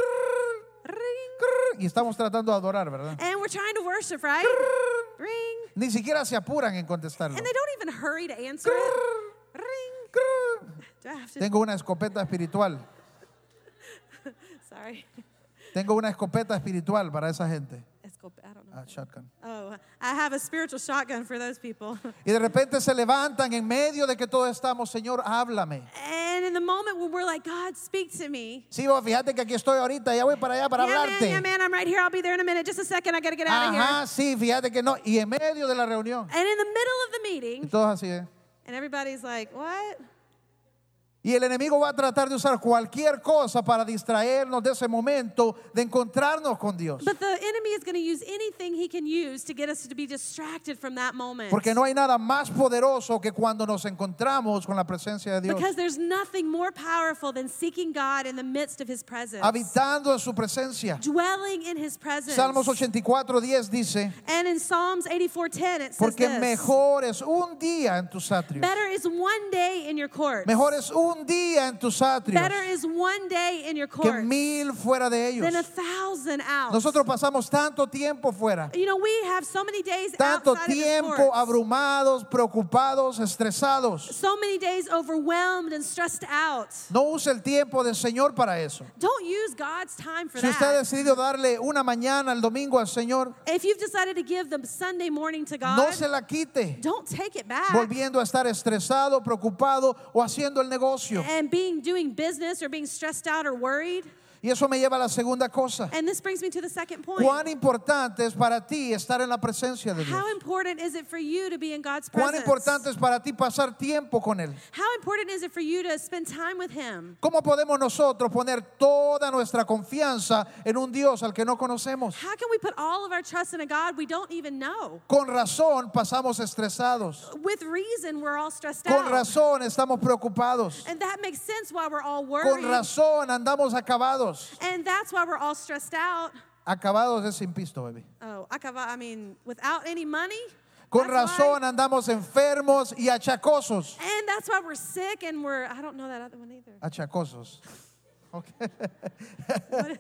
B: y estamos tratando de adorar, ¿verdad?
A: And we're trying to worship, right? Ring.
B: Ni siquiera se apuran en contestarlo.
A: And they don't even hurry to answer it. Ring. Do I have to?
B: Tengo una escopeta espiritual.
A: Sorry.
B: Tengo una escopeta espiritual para esa gente.
A: Let's go. I don't know.
B: Ah, shotgun.
A: Oh, I have a spiritual shotgun for those people.
B: Y de repente se levantan en medio de que todos estamos, Señor, háblame.
A: And in in the moment when we're like, God, speak to me.
B: Sí, vos fíjate que aquí estoy ahorita, ya voy para allá para
A: yeah,
B: hablarte. Uh-huh.
A: man, yeah, man, I'm right here. I'll be there in a minute. Just a second. I got to get out of
B: Ajá, sí, fíjate que no. Y en medio de la reunión.
A: here. And in the middle of the meeting,
B: Y todos así, ¿eh?
A: and everybody's like, what?
B: Y el enemigo va a tratar de usar cualquier cosa para distraernos de ese momento de encontrarnos con Dios.
A: But the enemy is going to use anything he can use to get us to be distracted from that moment.
B: Porque no hay nada más poderoso que cuando nos encontramos con la presencia de Dios.
A: Because there's nothing more powerful than seeking God in the midst of his presence.
B: Habitando en su presencia.
A: dwelling in his presence.
B: Salmos 84, 10 dice,
A: and in Psalms 84:10 it says
B: porque
A: this,
B: mejor es un día en tus atrios.
A: Better is one day in your courts.
B: Mejor es un día en tus atrios
A: Better is one day in your
B: que
A: courts
B: mil fuera de ellos.
A: than a thousand out.
B: Nosotros pasamos tanto tiempo fuera,
A: you know, we have so many days
B: tanto
A: outside of his
B: tiempo
A: courts.
B: abrumados, preocupados, estresados.
A: so many days overwhelmed and stressed out.
B: No use el tiempo del Señor para eso.
A: Don't use God's time for
B: Si usted ha
A: that.
B: decidido darle una mañana el domingo al Señor,
A: If you've decided to give the Sunday morning to God,
B: no se la quite
A: don't take it back.
B: volviendo a estar estresado, preocupado o haciendo el negocio.
A: and being doing business or being stressed out or worried.
B: Y eso me lleva a la segunda cosa.
A: And this brings me to the second point.
B: ¿Cuán importante es para ti estar en la presencia de Dios?
A: How important is it for you to be in God's
B: ¿Cuán
A: presence?
B: importante es para ti pasar tiempo con Él?
A: How important is it for you to spend time with Him?
B: ¿Cómo podemos nosotros poner toda nuestra confianza en un Dios al que no conocemos?
A: How can we put all of our trust in a God we don't even know?
B: Con razón pasamos estresados.
A: With reason, we're all stressed
B: Con
A: out.
B: razón estamos preocupados.
A: And that makes sense why we're all
B: Con
A: worried.
B: razón andamos acabados.
A: And that's why we're all stressed out.
B: Acabados es sin pisto, baby.
A: Oh, acaba, I mean, without any money.
B: Con
A: that's
B: razón andamos enfermos y achacosos.
A: Why, and that's why we're sick and we're, I don't know that other one either.
B: Achacosos. Ok.
A: What is-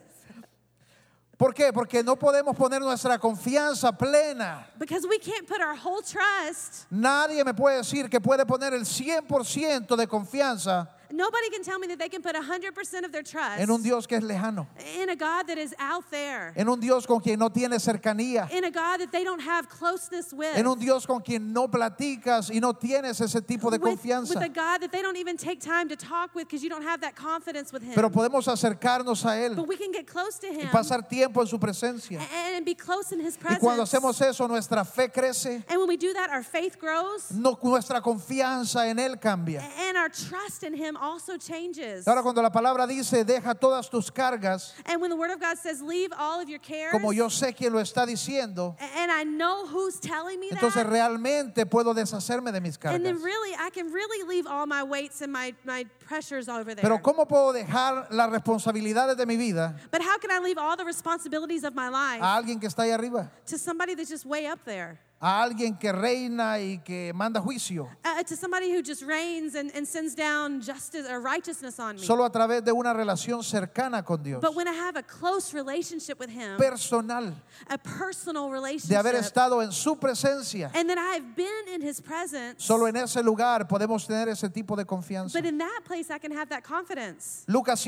B: ¿Por qué? Porque no podemos poner nuestra confianza plena.
A: because we can't put our whole trust.
B: Nadie me puede decir que puede poner el 100% de confianza
A: Nobody can tell me that they can put 100% of their trust
B: en un Dios que es lejano,
A: in a God that is out there,
B: en un Dios con quien no tiene cercanía,
A: in a God that they don't have closeness with,
B: en un Dios con quien no platicas y no tienes ese tipo de
A: with,
B: confianza.
A: with a God that they don't even take time to talk with because you don't have that confidence with Him.
B: Pero podemos acercarnos a Él
A: but we can get close to
B: y
A: Him
B: pasar tiempo en su presencia.
A: and, and be close in His
B: Y
A: Eh, presence.
B: cuando hacemos eso, nuestra fe crece,
A: and when we do that, our faith grows
B: no- nuestra confianza en Él cambia.
A: and our trust in Him also changes.
B: Ahora cuando la palabra dice, deja todas tus cargas,
A: and when the Word of God says, Leave all of your cares,
B: como yo sé quién lo está diciendo,
A: a- and I know who's telling me
B: entonces
A: that.
B: realmente puedo deshacerme de mis
A: and
B: cargas.
A: then really, I can really leave all my weights and my, my pressures over there.
B: Pero ¿cómo puedo dejar las responsabilidades de mi vida
A: But how can I leave all the responsibilities of my life
B: a alguien que está ahí arriba?
A: to somebody that's just way up there?
B: A alguien que reina y que manda juicio.
A: Uh, to somebody who just reigns and, and sends down justice or righteousness on me.
B: Solo a través de una relación cercana con Dios.
A: but when I have a close relationship with Him,
B: Personal.
A: a personal
B: De haber
A: relationship,
B: estado en su presencia.
A: and then I've been in His presence,
B: Solo en ese lugar podemos tener ese tipo de confianza.
A: but in that place I can have that confidence.
B: Lucas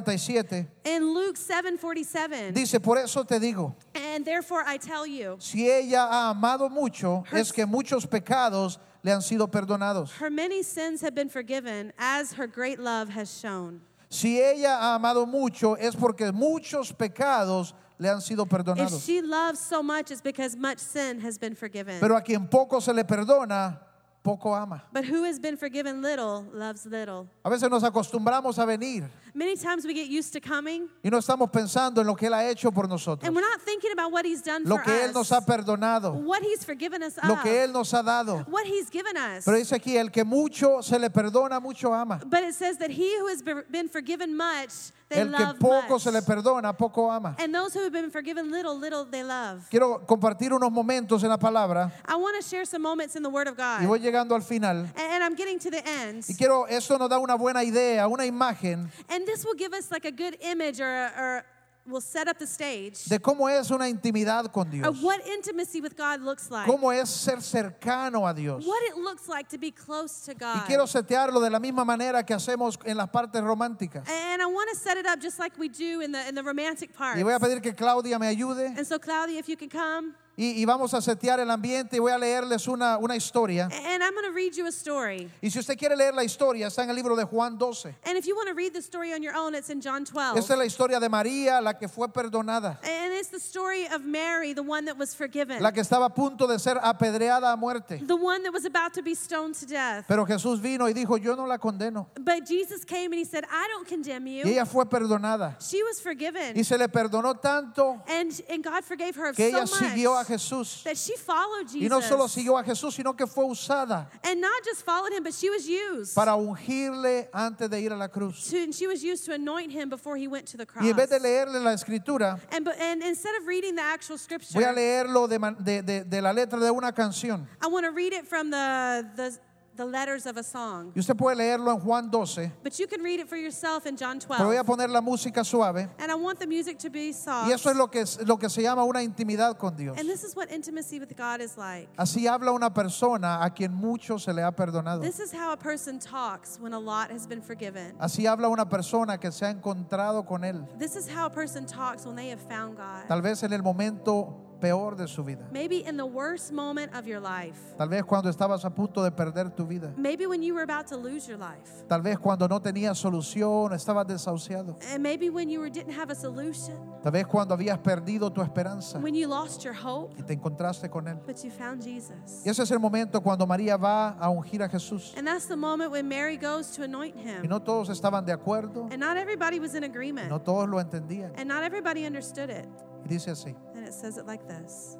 B: 7:47
A: In Luke 7 47,
B: dice, por eso te digo,
A: and therefore I tell you,
B: si ella ha amado mucho, es que muchos pecados le han sido perdonados.
A: her many sins have been forgiven as her great love has shown.
B: Si ella ha amado mucho, es porque muchos pecados le han sido
A: If
B: perdonados.
A: she loves so much, it's because much sin has been forgiven.
B: Pero a quien poco se le perdona, poco ama.
A: But who has been forgiven little loves little.
B: A veces nos acostumbramos a venir
A: Many times we get used to coming
B: y no estamos pensando en lo que Él ha hecho por nosotros,
A: and we're not thinking about what he's done
B: lo
A: for
B: que Él
A: us,
B: nos ha perdonado,
A: what he's forgiven us
B: lo
A: of,
B: que Él nos ha dado.
A: what he's given us.
B: Pero dice aquí, el que mucho se le perdona, mucho ama.
A: But it says that he who has be- been forgiven much, they
B: El que
A: love
B: poco
A: much.
B: se le perdona, poco ama.
A: and those who have been forgiven little, little they love.
B: Quiero compartir unos momentos en la palabra
A: I want to share some moments in the Word of God.
B: y voy
A: And,
B: llegando al final.
A: and I'm getting to the end.
B: Y quiero, esto nos da una buena idea, una imagen
A: And this will give us like a good image or, or will set up the stage
B: de cómo es una intimidad con Dios,
A: of what intimacy with God looks like,
B: cómo es ser cercano a Dios.
A: what it looks like to be close to
B: Y
A: God.
B: quiero setearlo de la misma manera que hacemos en las partes románticas.
A: And I want to set it up just like we do in the in the romantic part.
B: Y voy a pedir que Claudia me ayude
A: And so, Claudia, if you can come,
B: y, y vamos a setear el ambiente y voy a leerles una, una historia.
A: And I'm going to read you a story.
B: Y si usted quiere leer la historia, está en el libro de Juan 12.
A: And if you want to read the story on your own, it's in John 12.
B: Esta es la historia de María, la que fue perdonada,
A: And it's the story of Mary, the one that was forgiven,
B: la que estaba a punto de ser apedreada a muerte.
A: the one that was about to be stoned to death.
B: Pero Jesús vino y dijo, yo no la condeno.
A: But Jesus came and he said, I don't condemn
B: Y
A: you.
B: ella fue perdonada.
A: She was forgiven.
B: Y se le perdonó tanto
A: And, and God forgave her of
B: que
A: so
B: ella siguió
A: much
B: a Jesús.
A: that she followed
B: Y no solo
A: Jesus.
B: siguió a Jesús, sino que fue usada
A: And not just followed him, but she was used.
B: para ungirle antes de ir a la cruz.
A: To, and she was used to anoint him before he went to the cross.
B: Y en vez de leerle la escritura,
A: And, but, and instead of reading the actual scripture,
B: voy a leerlo de, man- de- de- de la letra de una canción.
A: I want to read it from the, the, the letters of a song.
B: Y usted puede leerlo en Juan 12,
A: But you can read it for yourself in John
B: pero voy
A: 12.
B: a poner la música suave.
A: And I want the music to be soft.
B: Y eso es lo que, es- lo que se llama una intimidad con Dios.
A: And this is what intimacy with God is like.
B: Así habla una persona a quien mucho se le ha perdonado.
A: This is how a person talks when a lot has been forgiven.
B: Así habla una persona que se ha encontrado con Él,
A: This is how a person talks when they have found God.
B: tal vez en el momento peor de su vida,
A: Maybe in the worst moment of your life.
B: tal vez cuando estabas a punto de perder tu vida,
A: Maybe when you were about to lose your life.
B: tal vez cuando no tenías solución, estabas desahuciado,
A: And maybe when you were, didn't have a solution.
B: tal vez cuando habías perdido tu esperanza
A: When you lost your hope,
B: y te encontraste con Él.
A: but you found Jesus.
B: Y ese es el momento cuando María va a ungir a Jesús.
A: And that's the moment when Mary goes to anoint
B: Y
A: him.
B: no todos estaban de acuerdo,
A: And not everybody was in
B: y no
A: agreement.
B: todos lo entendían.
A: And not everybody understood it.
B: Y dice así.
A: And it says it like this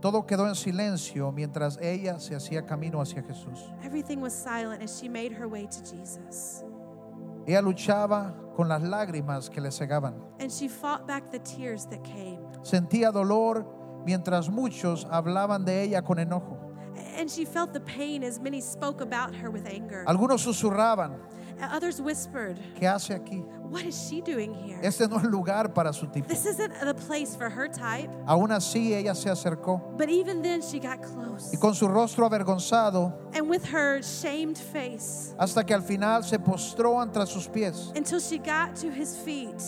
B: Todo quedó en silencio mientras ella se hacía camino hacia Jesús.
A: Everything was silent as she made her way to Jesus.
B: Ella luchaba con las lágrimas que le cegaban.
A: And she fought back the tears that came.
B: Sentía dolor mientras muchos hablaban de ella con enojo.
A: And she felt the pain as many spoke about her with anger.
B: Algunos susurraban,
A: Others whispered,
B: ¿qué hace aquí?
A: What is she doing here?
B: Este no es lugar para su tipo.
A: This isn't the place for her type.
B: Aún así ella se acercó
A: But even then, she got close.
B: y con su rostro avergonzado
A: And with her shamed face,
B: hasta que al final se postró ante sus pies.
A: until she got to his feet.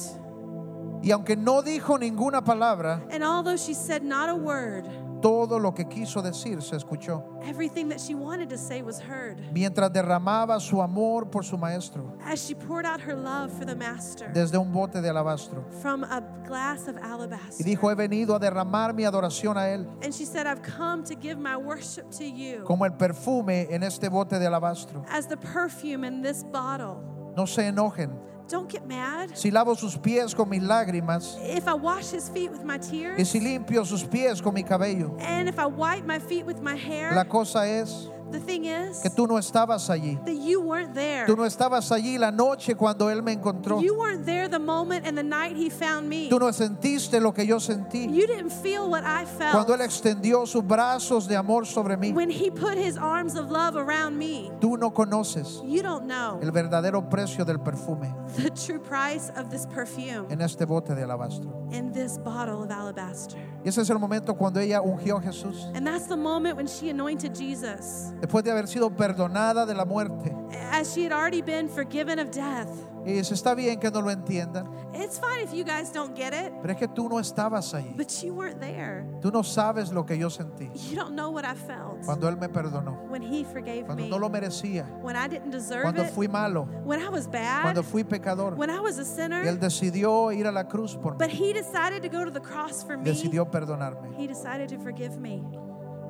B: Y aunque no dijo ninguna palabra,
A: And although she said not a word,
B: todo lo que quiso decir se escuchó
A: everything that she wanted to say was heard.
B: mientras derramaba su amor por su maestro.
A: As she poured out her love for the Master
B: desde un bote de alabastro
A: from a glass of
B: y
A: alabaster.
B: dijo, he venido a derramar mi adoración a él
A: And she said, I've come to give my worship to you
B: como el perfume en este bote de alabastro.
A: as the perfume in this bottle.
B: No se enojen.
A: Don't get mad.
B: Si lavo sus pies con mis lágrimas
A: If I wash his feet with my
B: y
A: tears,
B: si limpio sus pies con mi cabello,
A: and if I wipe my feet with my
B: la
A: hair,
B: cosa es
A: the thing is
B: que tú no estabas allí.
A: that you weren't there.
B: Tú no estabas allí la noche cuando él me encontró.
A: You weren't there the moment and the night he found me.
B: Tú no sentiste lo que yo sentí
A: You didn't feel what I
B: cuando él
A: felt
B: extendió sus brazos de amor sobre mí.
A: when he put his arms of love around me.
B: Tú no conoces
A: You don't know
B: el verdadero precio del perfume
A: the true price of this perfume
B: en este bote de alabastro.
A: in this bottle of alabaster.
B: Y ese es el momento cuando ella ungió a Jesús.
A: And that's the moment when she anointed Jesus.
B: Después de haber sido perdonada de la muerte.
A: As she had already been forgiven of death.
B: Y dice, está bien que no lo entiendan,
A: It's fine if you guys don't get it,
B: pero es que tú no estabas allí.
A: but you weren't there.
B: Tú no sabes lo que yo sentí
A: You don't know what I felt
B: cuando Él me perdonó,
A: when he forgave
B: cuando
A: me.
B: no lo merecía,
A: When I didn't deserve
B: cuando
A: it,
B: fui malo,
A: when I was
B: cuando
A: bad,
B: fui pecador.
A: when I was a
B: Y Él
A: sinner.
B: decidió ir a la cruz por mí,
A: But he decided to go to the cross for me.
B: decidió perdonarme.
A: He decided to forgive me.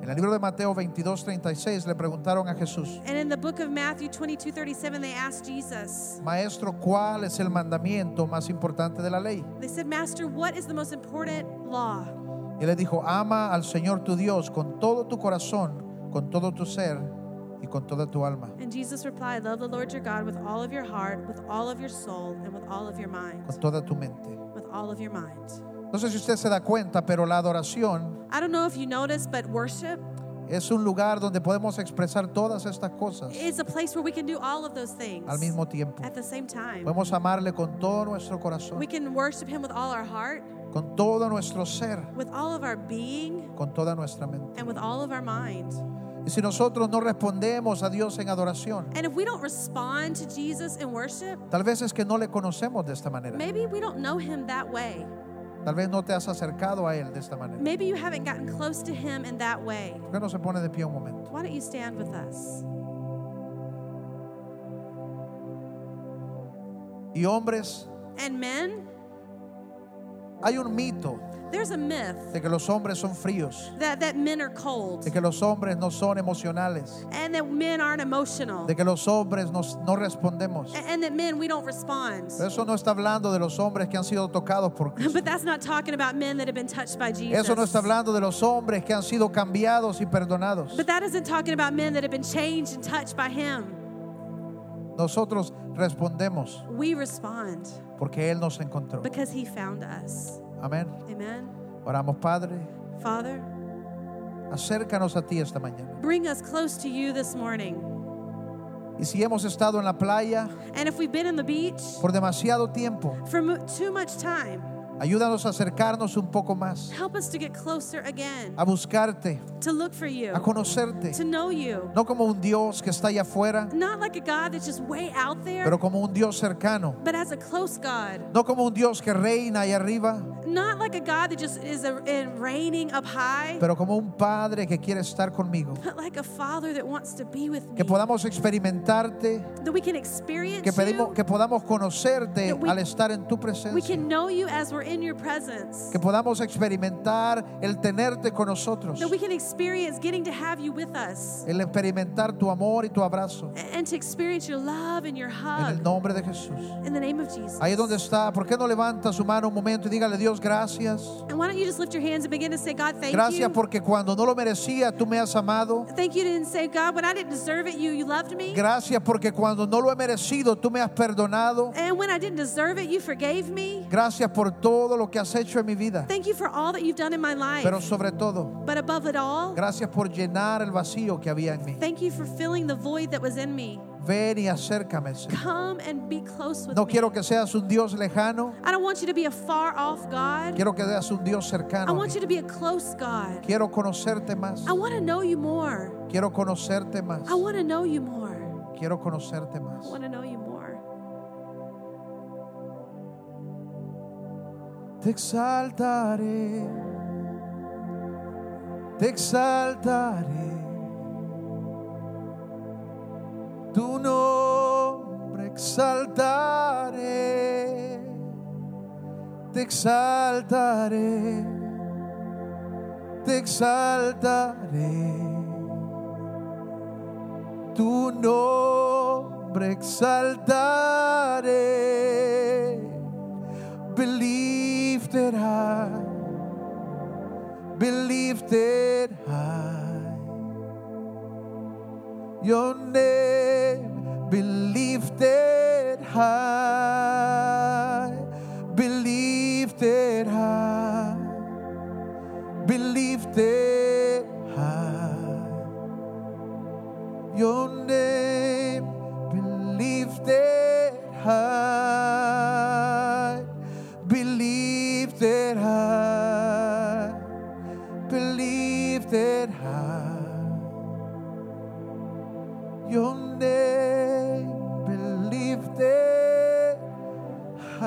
B: En el libro de Mateo 22, 36 le preguntaron a Jesús,
A: And in the book of Matthew 22 37, they asked Jesus,
B: Maestro, ¿cuál es el mandamiento más importante de la ley?
A: They said, Master, what is the most important law?
B: Y le dijo, ama al Señor tu Dios con todo tu corazón, con todo tu ser y con toda tu alma,
A: And Jesus replied, Love the Lord your God with all of your heart, with all of your soul, and with all of your mind.
B: con toda tu mente.
A: With all of your mind.
B: No sé si usted se da cuenta, pero la adoración
A: I don't know if you noticed, but worship
B: es un lugar donde podemos expresar todas estas cosas
A: is a place where we can do all of those things
B: al mismo tiempo.
A: at the same time.
B: Podemos amarle con todo nuestro
A: We
B: corazón,
A: can worship Him with all our heart,
B: con todo nuestro ser,
A: with all of our being,
B: con toda nuestra mente.
A: and with all of our mind.
B: Y si nosotros no respondemos a Dios en adoración,
A: And if we don't respond to Jesus in worship,
B: tal vez es que no le conocemos de esta manera.
A: maybe we don't know him that way.
B: Tal vez no te has acercado a Él de esta manera.
A: Maybe you haven't gotten close to Him in that way.
B: ¿Por qué no se pone de pie un momento?
A: Why don't you stand with us?
B: Y hombres,
A: And men,
B: hay un mito
A: there's a myth
B: de que los hombres son fríos,
A: that, that men are cold
B: de que los hombres no son emocionales,
A: and that men aren't emotional
B: de que los hombres nos- no respondemos.
A: a- and that men, we don't respond.
B: Pero eso no está hablando de los hombres que han sido tocados por Cristo.
A: But that's not talking about men that have been touched by Jesus.
B: Eso no está hablando de los hombres que han sido cambiados y perdonados.
A: But that isn't talking about men that have been changed and touched by Him.
B: Nosotros respondemos
A: We respond
B: porque Él nos encontró.
A: because He found us.
B: Amén.
A: Amen.
B: Oramos, Padre,
A: Father,
B: acércanos a ti esta mañana.
A: bring us close to you this morning.
B: Y si hemos estado en la playa
A: And if we've been on the beach
B: por demasiado tiempo,
A: for mo- too much time,
B: ayúdanos a acercarnos un poco más,
A: help us to get closer again,
B: a buscarte,
A: to look for you,
B: a conocerte,
A: to know you.
B: no como un Dios que está allá afuera,
A: Not like a God that's just way out there,
B: pero como un Dios cercano,
A: but as a close God.
B: no como un Dios que reina allá arriba,
A: Not like a God that just is a, and reigning up high,
B: pero como un Padre que quiere estar conmigo.
A: but like a Father that wants to be with me.
B: Que podamos experimentarte,
A: that we can experience
B: que, pedimos,
A: you.
B: que podamos conocerte
A: That we-
B: al estar en tu
A: we
B: presencia,
A: can know you as we're in your presence.
B: que podamos experimentar el tenerte con nosotros,
A: That we can experience getting to have you with us.
B: el experimentar tu amor y tu abrazo.
A: a- And to experience your love and your
B: En el
A: hug.
B: nombre de Jesús.
A: In the name of Jesus.
B: Ahí es donde está. ¿Por qué no levanta su mano un momento y dígale Dios gracias?
A: And why don't you just lift your hands and begin to say, God, thank you.
B: Gracias porque cuando no lo merecía tú me has amado.
A: Thank you didn't say, God, when I didn't deserve it, you you loved me.
B: Gracias porque cuando no lo he merecido tú me has perdonado.
A: And when I didn't deserve it, you forgave me.
B: Gracias por todo lo que has hecho en mi vida.
A: Thank you for all that you've done in my life.
B: Pero sobre todo,
A: but above it all,
B: gracias por llenar el vacío que había en mí.
A: thank you for filling the void that was in me.
B: Ven y acércame. Señor.
A: Come and be close with
B: No
A: me.
B: quiero que seas un Dios lejano.
A: I don't want you to be a far off God.
B: Quiero que seas un Dios
A: I
B: cercano. a mí.
A: want you to be a close God.
B: Quiero conocerte más.
A: I want to know you more.
B: Quiero conocerte más.
A: I want to know you more.
B: Quiero conocerte
A: I
B: más.
A: want to know you more.
B: Te exaltaré, te exaltaré. Tu nombre exaltaré, te exaltaré, te exaltaré. Tu nombre exaltaré. be lifted high, be lifted high. Your name be lifted high, be lifted high, be lifted high. Your name be lifted high, be lifted high, be lifted high. Your name be lifted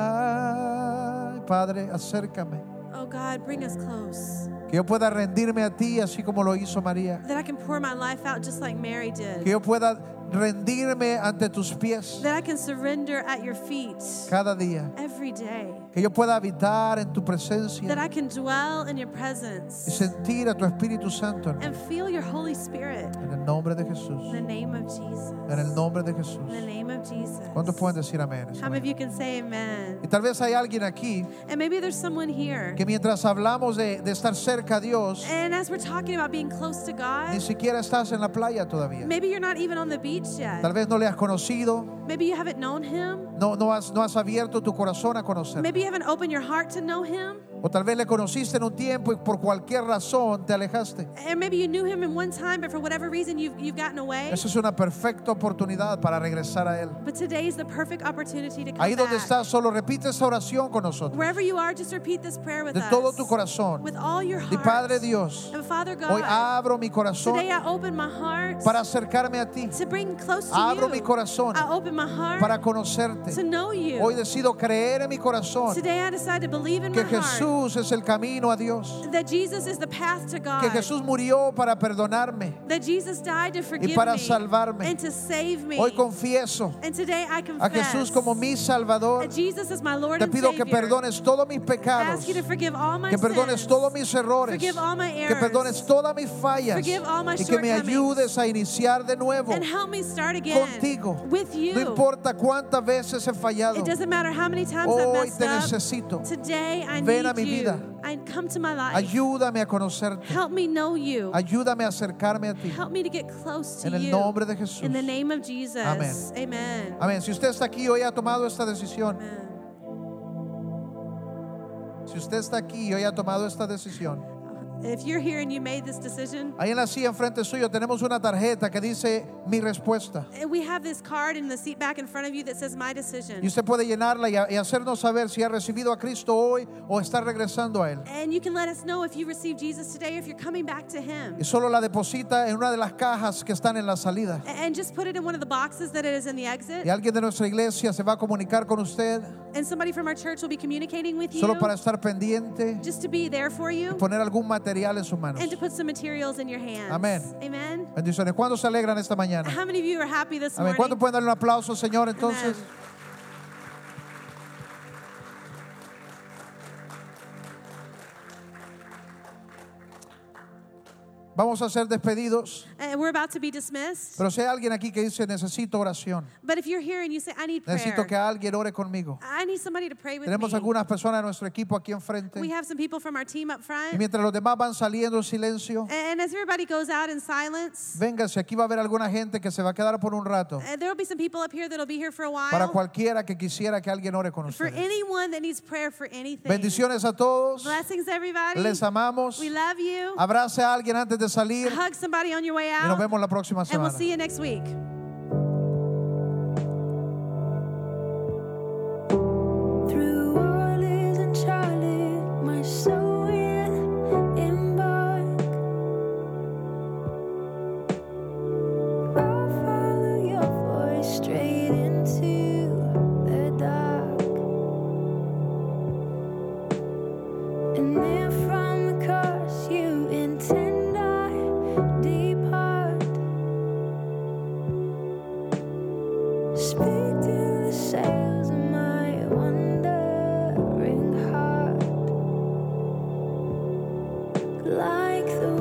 B: high. Padre, acércame.
A: Oh God, bring us close.
B: Que yo pueda rendirme a ti así como lo hizo María.
A: That I can pour my life out just like Mary did.
B: Que yo pueda rendirme ante tus pies.
A: That I can surrender at your feet
B: cada día.
A: every day.
B: Que yo pueda habitar en tu
A: That
B: presencia
A: I can dwell in your
B: y
A: presence
B: sentir a tu Espíritu Santo en mí.
A: and feel your Holy Spirit.
B: En el nombre de
A: In
B: Jesús.
A: the name of Jesus.
B: En el nombre de Jesús.
A: In the name of Jesus.
B: ¿Cuántos pueden decir amén?
A: How many of you can say amen?
B: Y tal vez hay alguien aquí
A: And maybe there's someone here.
B: que mientras hablamos de, de estar cerca a Dios,
A: And as we're talking about being close to
B: ni
A: God,
B: siquiera estás en la playa todavía.
A: maybe you're not even on the beach
B: Tal
A: yet.
B: vez no le has conocido,
A: Maybe you haven't known Him.
B: no, no, has, no has abierto tu corazón a conocer.
A: Maybe you haven't opened your heart to know Him.
B: O tal vez le conociste en un tiempo y por cualquier razón te alejaste.
A: And maybe you knew Him in one time, but for whatever reason, you've, you've gotten away.
B: Esa es una perfecta oportunidad para regresar a Él.
A: But today is the perfect opportunity to come
B: Ahí donde
A: back.
B: estás, solo repite esa oración con nosotros.
A: Wherever you are, just repeat this prayer with
B: de
A: us.
B: todo tu corazón.
A: With all your
B: Y
A: heart.
B: Padre Dios,
A: and Father God,
B: hoy abro mi corazón
A: today I open my heart
B: para acercarme a ti.
A: to bring close to
B: Abro
A: you.
B: mi corazón
A: I open my heart
B: para
A: to
B: conocerte.
A: know you.
B: Hoy decido creer en mi corazón
A: Today I decide to believe in
B: que
A: my heart
B: Jesús es el camino a Dios,
A: that Jesus is the path to God,
B: que Jesús murió para perdonarme.
A: that Jesus died to forgive
B: para
A: me
B: salvarme.
A: and to save me.
B: Hoy confieso
A: and today I
B: a
A: confess
B: Jesús como mi Salvador.
A: that Jesus is my Lord
B: Te
A: and
B: pido que
A: Savior.
B: perdones todos mis
A: I
B: pecados,
A: ask you to forgive all my
B: que perdones
A: sins.
B: todos mis errores,
A: Forgive all my
B: que
A: errors.
B: perdones todas mis fallas
A: Forgive all my
B: y que me
A: shortcomings.
B: ayudes a iniciar de nuevo
A: and help me start again
B: contigo.
A: with you.
B: No importa cuántas veces he fallado,
A: It doesn't matter how many times I've
B: hoy
A: messed
B: te
A: up.
B: necesito.
A: Today I
B: Ven
A: need
B: a mi
A: you.
B: vida.
A: I come to my life.
B: Ayúdame a conocerte,
A: Help me know you.
B: ayúdame a acercarme a ti.
A: Help me to get close to
B: En el
A: you.
B: nombre de Jesús.
A: In the name of Jesus.
B: Amén.
A: Amen.
B: Amén. Si usted está aquí hoy ha tomado esta decisión,
A: Amen.
B: si usted está aquí hoy ha tomado esta decisión.
A: If you're here and you made this decision,
B: Ahí en la silla enfrente suyo tenemos una tarjeta que dice mi respuesta.
A: and eh, we have this card in the seat back in front of you that says my
B: Y
A: decision.
B: usted puede llenarla y, a- y hacernos saber si ha recibido a Cristo hoy o está regresando a Él.
A: And you can let us know if you received Jesus today, if you're coming back to Him.
B: Y solo la deposita en una de las cajas que están en la salida.
A: A- And just put it in one of the boxes that it is in the exit.
B: Y alguien de nuestra iglesia se va a comunicar con usted
A: And somebody from our church will be communicating with you
B: solo para estar pendiente
A: just to be there for you
B: y poner algún material en sus manos.
A: and to put some materials in your hands.
B: Amén.
A: Amen.
B: Bendiciones. ¿Cuántos se alegran esta mañana?
A: How many of you are happy this
B: Amén.
A: morning?
B: ¿Cuántos pueden darle un aplauso, al Señor, entonces?
A: Amen.
B: Vamos a ser despedidos.
A: And Uh, we're about to be dismissed.
B: Pero si hay alguien aquí que dice, necesito oración.
A: But if you're here and you say, I need
B: Necesito que
A: prayer,
B: alguien ore conmigo.
A: I need somebody to pray with
B: Tenemos
A: me.
B: algunas personas de nuestro equipo aquí enfrente.
A: We have some people from our team up
B: Y
A: front.
B: mientras los demás van saliendo en silencio,
A: And as everybody goes out in silence,
B: vénganse, aquí va a haber alguna gente que se va a quedar por un rato.
A: uh, there'll be some people up here that'll be here for a
B: Para
A: while.
B: cualquiera que quisiera que alguien ore con
A: For
B: ustedes.
A: anyone that needs prayer for anything.
B: Bendiciones a todos.
A: Blessings, everybody.
B: Les amamos.
A: We love you.
B: Abrace a alguien antes de salir.
A: Hug somebody on your way
B: Y
A: out.
B: nos vemos la próxima
A: And we'll
B: semana.
A: see you next week.
C: Through Orleans and Charlotte, my soul will embark. I'll follow your voice straight into the dark. And then from the course you intend I depart. Speak to the sails of my wandering heart, like the